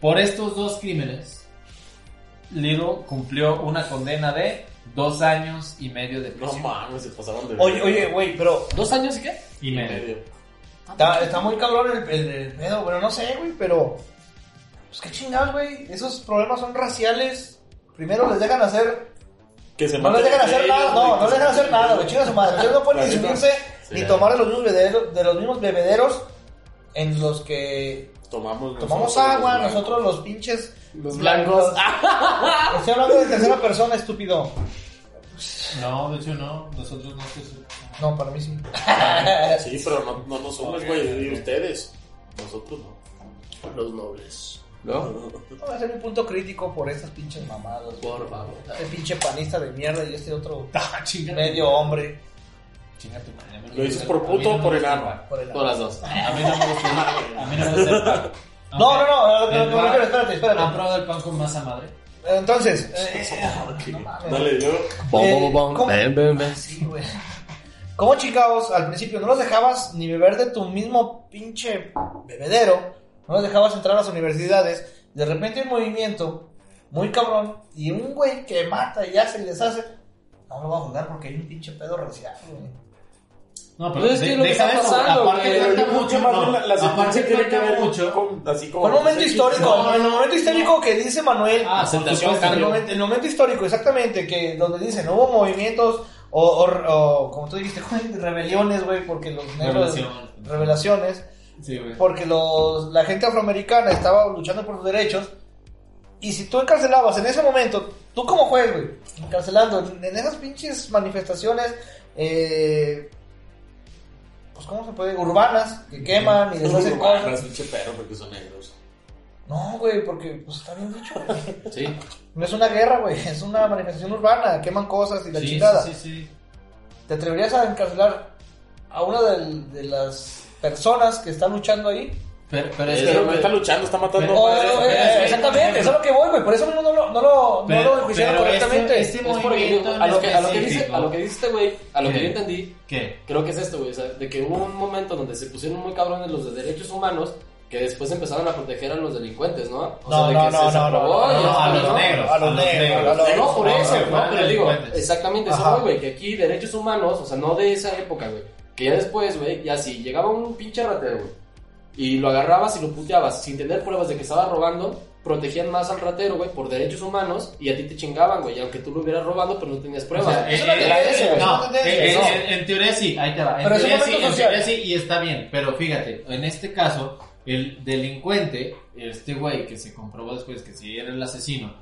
Por estos dos crímenes, Little cumplió una condena de dos años y medio de
No
prisión.
mames, se pasaron de.
Oye, oye, güey, pero
¿Dos años y qué?
y medio.
Está, está muy cabrón el, el, el pedo, bueno, no sé, güey, pero. Pues qué chingados, güey. Esos problemas son raciales. Primero les dejan hacer.
Que se
No les
maten
dejan
entre
hacer
ellos,
nada, no,
güey,
no
que
les
se-
dejan hacer nada, güey. Chinga su madre. Ustedes no pueden ni
Planeta.
subirse
Sí.
ni tomar de los mismos bebederos, de los mismos bebederos en los que
Tomamos,
tomamos
nosotros,
agua,
güey.
nosotros los pinches.
Los blancos. Ah.
Estoy hablando de tercera persona, estúpido.
No, de hecho no, nosotros no pues,
No, para mí sí.
Sí, pero no, no nosotros, güey, y ustedes. Nosotros no.
Los nobles. ¿No?
No, ese es mi punto crítico por estas pinches mamadas. güey.
Por favor.
Este pinche panista de mierda y este otro
Ah, chinga.
medio hombre.
Chinga tu madre. a mí no
¿Lo
me
dices
gusta-
por
a mí
puto
no
o
me
por
gusta el
enano?
pan.
Por el-
Todas las dos.
A mí no me gusta el pan. A mí no me gusta el [laughs] pan.
No, no, no,
El
no, no, no,
pan-
espérate, espérate.
¿Han probado el pan con masa madre?
Entonces, eh,
Ah, Dale, yo.
Bom,
Eh,
bom, bom, bom.
¿cómo?
Ven, ven, ven.
sí, güey. ¿Cómo chingados al principio no los dejabas ni beber de tu mismo pinche bebedero? No los dejabas entrar a las universidades. De repente un movimiento muy cabrón y un güey que mata y hace y deshace. No lo voy a juzgar porque hay un pinche pedo racial, güey.
No,
Pues es que es lo que está
eso.
pasando,
Aparte
güey.
cuenta
Yo creo
mucho,
que más
no,
bien la- la
aparte
sentencia tiene que
cuenta
ver
mucho.
con- así como.
Fue el momento histórico,
No, no,
el
no,
momento histórico que dice Manuel.
Ah,
por
aceptación,
supuesto, el,
cambio.
momento, el momento histórico, exactamente, que donde dice no hubo movimientos o, o- o, como tú dijiste, güey, rebeliones, güey, porque los negros
Revelación.
revelaciones,
Sí, güey.
porque los la gente afroamericana estaba luchando por sus derechos. Y si tú encarcelabas en ese momento, tú como juez, güey, encarcelando en, en esas pinches manifestaciones, eh, pues cómo se puede, urbanas, que queman y
Es
después hacen cosas.
pinche perro, porque son negros.
No, güey, porque pues está bien dicho. güey.
Sí.
No es una guerra, güey, [laughs] es una manifestación urbana, queman cosas y la
Sí,
chingada.
sí, sí, sí.
¿Te atreverías a encarcelar a una del- de, las personas que están luchando ahí?
Pero, pero es
Es
que,
Pero
güey.
no está luchando, está matando.
No,
O-
pero-
o-
pero-
eh, exactamente, eso es lo que voy, güey, por eso mismo no lo, no lo, no
Pero-
lo enjuiciaron
pero este-
correctamente.
este-
Es porque
movimiento
a lo que, a lo que
específico.
dice, a lo que dice este güey, a lo que
Sí.
yo entendí,
¿Qué?
creo que es esto, güey, o sea, de que hubo un momento donde se pusieron muy cabrones los de derechos humanos que después empezaron a proteger a los delincuentes, ¿no? O sea,
No,
de
no,
que
no,
se
no,
desaprobó
no,
y
no,
esto,
no,
a los negros.
a los negros, a los
No,
negros.
por eso,
no,
¿no?
no,
Pero digo,
delincuentes.
exactamente,
Ajá.
eso voy, güey, que aquí derechos humanos, o sea, no de esa época, güey, que ya después, güey, ya si llegaba un pinche ratero, güey, y lo agarrabas y lo puteabas sin tener pruebas de que estaba robando, protegían más al ratero, güey, por derechos humanos y a ti te chingaban, güey, y aunque tú lo hubieras robado, pero no tenías pruebas.
O sea,
es
eh,
una
eh,
tendencia,
eh,
güey,
no,
es una tendencia,
eh,
¿no?
eh, en, en teoría sí, ahí te va. En,
Pero es un
teoría, sí,
momento
en
social.
teoría sí, y está bien. Pero fíjate, en este caso, el delincuente, este güey que se comprobó después que sí era el asesino,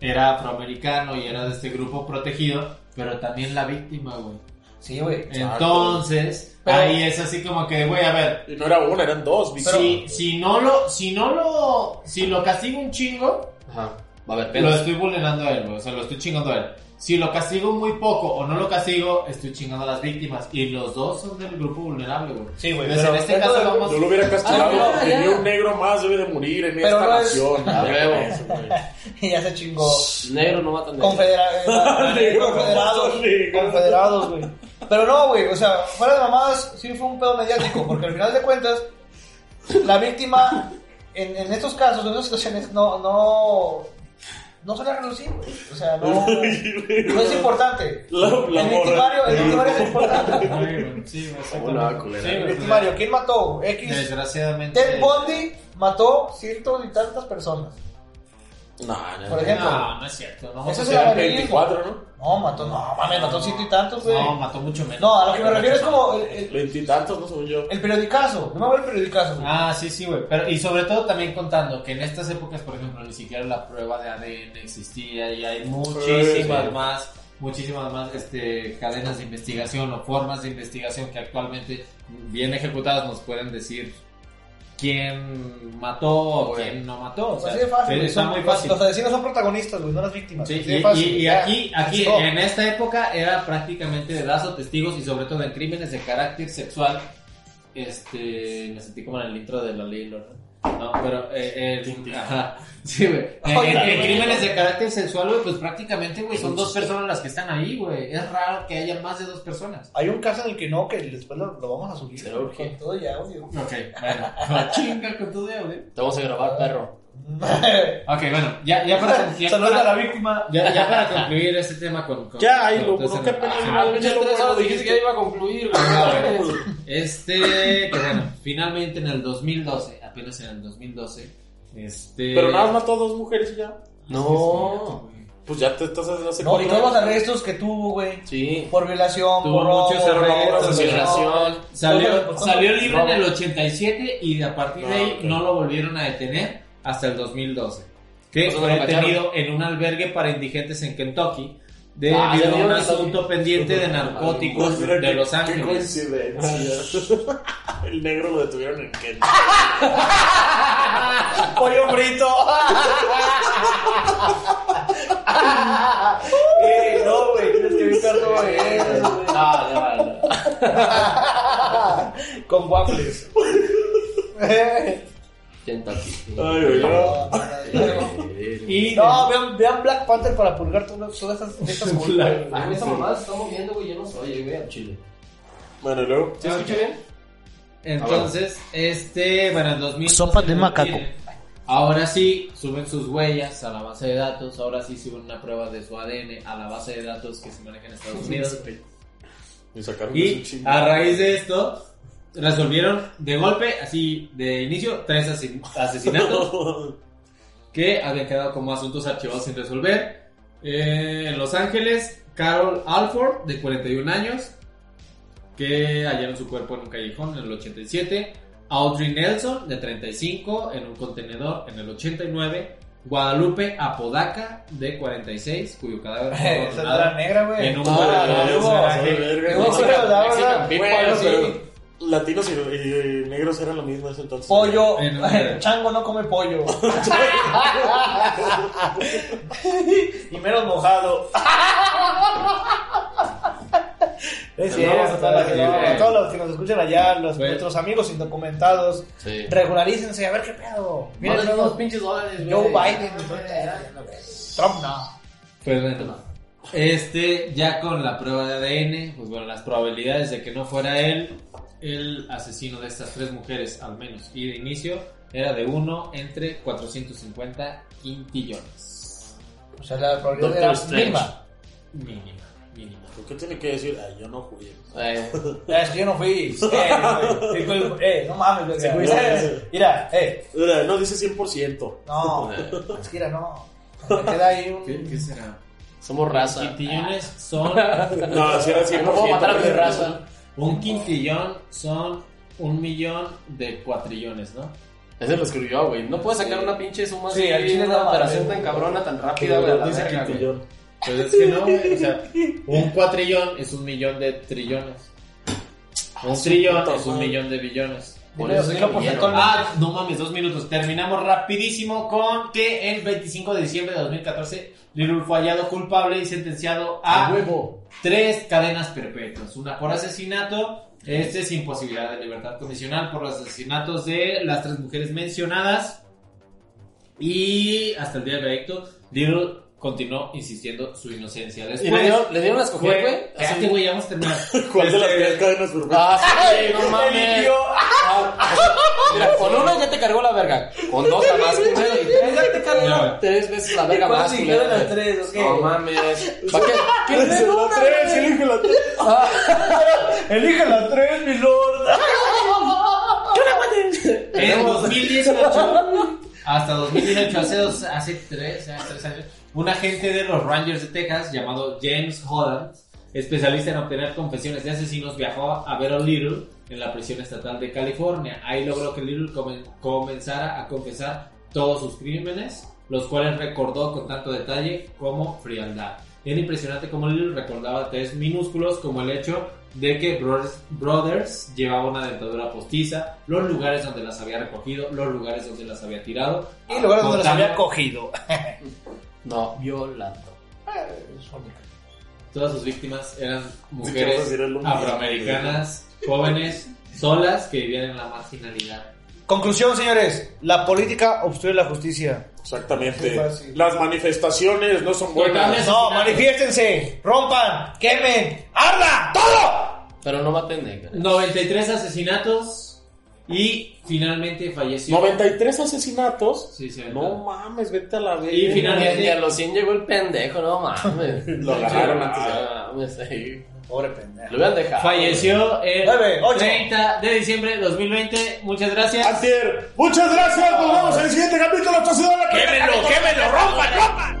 era afroamericano y era de este grupo protegido, pero también la víctima, güey.
Sí, güey. [laughs]
Entonces,
Pero-
ahí es así como que, güey, a ver,
Y no era una, eran dos.
si, si no lo, si no lo, si lo castigo un chingo,
Ajá. Va a haber
lo
pedos.
estoy vulnerando a él, güey, o sea, lo estoy chingando a él. Si lo castigo muy poco o no lo castigo, estoy chingando a las víctimas. Y los dos son del grupo vulnerable, güey.
Sí, güey,
Entonces,
pero-
en este
pero-
caso vamos...
Yo lo hubiera castigado
Ah,
porque
ya.
ni un negro más debe de morir en
Pero
esta
no es-
nación.
[laughs]
A huevo.
Eso, güey.
Y ya se chingó.
Negro no matan negro.
Confedera- eh,
Negro,
confederados,
no, negro.
confederados, güey. Pero no, güey, o sea, fuera de mamadas, sí fue un pedo mediático, porque al final de cuentas, la víctima, en, en estos casos, en estas situaciones, no, no, no sale a relucir, güey. O sea, no, no es importante.
La, la
el
morra.
victimario, el victimario es importante.
Sí, güey, sí, güey, exactamente.
Hola, culera.
Sí,
El
güey, pues,
victimario, ¿quién mató? X.
Desgraciadamente...
Ted Bundy mató cientos y tantas personas,
No, no.
por ejemplo.
No, no es cierto. No,
Eso es el
Eran
amarillismo.
24, ¿no?
No, mató, no, mames, mató ciento y tantos, güey.
no, mató mucho menos.
No, a lo que me refiero es como el, el-
Veintitantos, no según yo.
el periodicazo. No me voy el periodicazo, güey.
Ah, sí, sí, güey. Pero, y sobre todo también contando que en estas épocas, por ejemplo, ni siquiera la prueba de ADN existía y hay muchísimas
Sí.
más, muchísimas más este, cadenas de investigación o formas de investigación que actualmente, bien ejecutadas, nos pueden decir quién mató o
Güey.
quién no mató. O sea,
así de Pues fácil. güey.
está
Son-
muy
los-
fácil.
Los asesinos son protagonistas, güey, no las víctimas.
Sí,
Así de
y,
fácil,
y- y
ya.
aquí, aquí eh,
Let's go.
en esta época era prácticamente dedazo, testigos y sobre todo en crímenes de carácter sexual. Este, me sentí como en el intro de la ley, ¿no? No, pero eh, el- ajá, sí, güey. En- en- en crímenes de carácter sexual, güey, pues prácticamente, güey, son dos personas las que están ahí, güey. Es raro que haya más de dos personas.
Hay un caso en el que no, que después lo, lo vamos a subir.
Pero,
güey,
¿qué?
Con todo ya, audio.
[laughs] Ok, bueno, con Ah, chinga con tu dedo, güey.
Te vamos a grabar, perro.
Ok, bueno, ya, ya [laughs] para, ya
[laughs] Saludos
para-
a la víctima.
ya- ya [laughs] para concluir este tema con. con-
Ya, ay,
con-
lo-
entonces,
qué pena,
ajá.
Ah,
Al
ya lo
tres horas
bueno,
dijiste que ya iba a concluir, güey.
Ah, bueno. Este, que bueno, finalmente en el 2012, apenas en el 2012, este...
Pero nada más mató a dos mujeres y ya.
No.
Pues ya te estás haciendo hace
No, y
cuatro
todos los
años.
arrestos que tuvo, güey.
Sí.
Por violación,
Tuvo
por robo,
muchos errores,
por esto, [laughs]
asesinación.
por-
Salió,
Pero, pues,
salió libre
no.
en el 87 y a partir de
No,
ahí
ok.
no lo volvieron a detener hasta el 2012. Que
O sea, no
fue
lo cacharon.
detenido en un albergue para indigentes en Kentucky debido
Ah, ya
a
vieron
un
eso.
asunto pendiente de
Pues
narcóticos
mira
de
qué-
Los
Qué
Ángeles.
[laughs]
coincidencia. El negro lo detuvieron en Kenia.
Pollo frito. [laughs] Eh, no, güey, tienes que evitar todo eso.
No, no, no.
Con waffles.
Kentucky.
Ay, güey. no.
Y
[laughs] No, vean, vean Black Panther para purgar todas todas
[laughs]
esas, esas culpas.
Black
A mí esa mamada se está moviendo, güey. Yo no soy, güey, al chile.
Bueno, y luego.
¿Se escucha bien?
Entonces, este, bueno, en 2000.
Sopa de macaco.
Ahora sí, suben sus huellas a la base de datos. Ahora sí suben una prueba de su ADN a la base de datos que se maneja en Estados Unidos.
Y sacaron
Y
ese chingo.
a raíz
[laughs]
de esto, resolvieron de golpe, así de inicio, tres asesin- asesinatos que habían quedado como asuntos archivados sin resolver. Eh, en Los Ángeles, Carol Alford, de 41 años, que hallaron su cuerpo en un callejón en el 87. Audrey Nelson, de 35, en un contenedor en el 89. Guadalupe Apodaca, de 46, cuyo cadáver fue
[laughs] [laughs] Esa
abandonado
era negra, güey.
en un
Ah,
garaje.
no,
garaje.
no, verga.
No,
Bueno,
pero la verdad,
Mexican
pero
people, sí.
Latinos y, y- y negros eran lo mismo en ese entonces.
[laughs] Pollo.
En un-
Chango no come [laughs] pollo. y menos mojado. Es cierto,
Saludos a toda la
saludos
gente.
a todos los que nos escuchan allá, los,
Bueno.
nuestros amigos indocumentados,
Sí.
regularícense a ver qué pedo.
No
Miren,
les
no,
dimos pinches dólares, güey.
Joe Biden, Trump no.
Pues bueno, este, ya con la prueba de ADN, pues bueno, las probabilidades de que no fuera él el asesino de estas tres mujeres, al menos, y de inicio, era de uno entre 450 quintillones.
O sea, la probabilidad
Doctor
era
Strange.
mínima.
Mínima, mínima.
¿Por qué tiene que decir, ay, yo no jugué?
Eh,
Es que yo no [laughs] fui. Eh, güey. Sí, güey, eh, no mames, güey.
Sí, güey.
Eh, Mira, eh.
Mira, No, dice 100%.
No, es que mira, Pues no. Me queda ahí un.
¿Qué, qué será?
somos raza.
Quintillones son. [laughs]
No,
[laughs]
si era
Ah,
100%.
No puedo matar a mi raza.
Un quintillón son un millón de cuatrillones, ¿no?
Ese lo escribió, güey. No puedes sacar una pinche suma
Sí,
así,
al chile no,
una operación
güey.
tan cabrona, tan
Que
rápida, güey. a
no
la
dice
verga, güey.
quintillón.
Pues es que no, güey. O sea, un cuatrillón es un millón de trillones. Un trillón
puta
es un
madre.
millón de billones.
Por
Dilo-
eso es
dilo
que
por
vinieron.
sector.
Ah, no mames, dos minutos. Terminamos rapidísimo con que el 25 de diciembre de 2014 Lirul fue hallado culpable y sentenciado
Ah,
a
huevo.
tres cadenas perpetuas. Una por asesinato, este sin posibilidad de libertad condicional por los asesinatos de las tres mujeres mencionadas. Y hasta el día del veredicto, Little continuó insistiendo su inocencia.
Y le
Después,
dieron, le dieron a escoger, güey.
güey, espérate, güey, ya vamos a terminar.
¿Cuál de las
Este,
tres cadenas por
Ah, sí, güey, no mames. Ah,
Eligió.
Mira, con una ya te cargó la verga. Con dos la más culera. Y tres ya te cargó
No.
tres veces la verga
¿Cuál
más
eligió de
culera.
las
güey.
tres? ¿O qué?
No mames. ¿Para qué? ¿Quién
Pues,
Dice,
le
la
una,
tres,
güey?
elige la tres.
Elige la tres, mi lord.
En 2018, hasta 2018, hace, dos- hace tres, hace tres años, un agente de los Rangers de Texas llamado James Holland, especialista en obtener confesiones de asesinos, viajó a ver a Little en la prisión estatal de California. Ahí logró que Little comen- comenzara a confesar todos sus crímenes, los cuales recordó con tanto detalle como frialdad. Era impresionante cómo Little recordaba tres minúsculos como el hecho de que Brothers, Brothers llevaba una dentadura postiza, los lugares donde las había recogido, los lugares donde las había tirado.
Y lugares donde las
Contando
había cogido.
No, violando.
Todas sus víctimas eran
Sí, vamos a
mujeres
decir el número.
afroamericanas, jóvenes, solas, que vivían en la marginalidad.
Conclusión, señores. La política obstruye la justicia.
[laughs]
Muy
Exactamente.
fácil.
Las manifestaciones no son buenas.
Totalmente.
No, manifiéstense, rompan, quemen, arda, todo.
Pero no maten negro.
93 asesinatos y finalmente falleció.
93 asesinatos.
Sí, sí,
no
verdad.
mames, vete a la verga.
Y
Y a
finalmente
los 100 llegó el pendejo, no mames.
[laughs] Lo agarraron antes de-
No mames, sí.
Pobre
Lo
pendejo.
hubieran dejado.
falleció el
Nueve, ocho.
30 de diciembre de 2020. Muchas gracias.
Antier, muchas gracias. Nos vemos en el siguiente capítulo. Esto ha sido la
Quémenlo, quémenlo, rompan, rompan.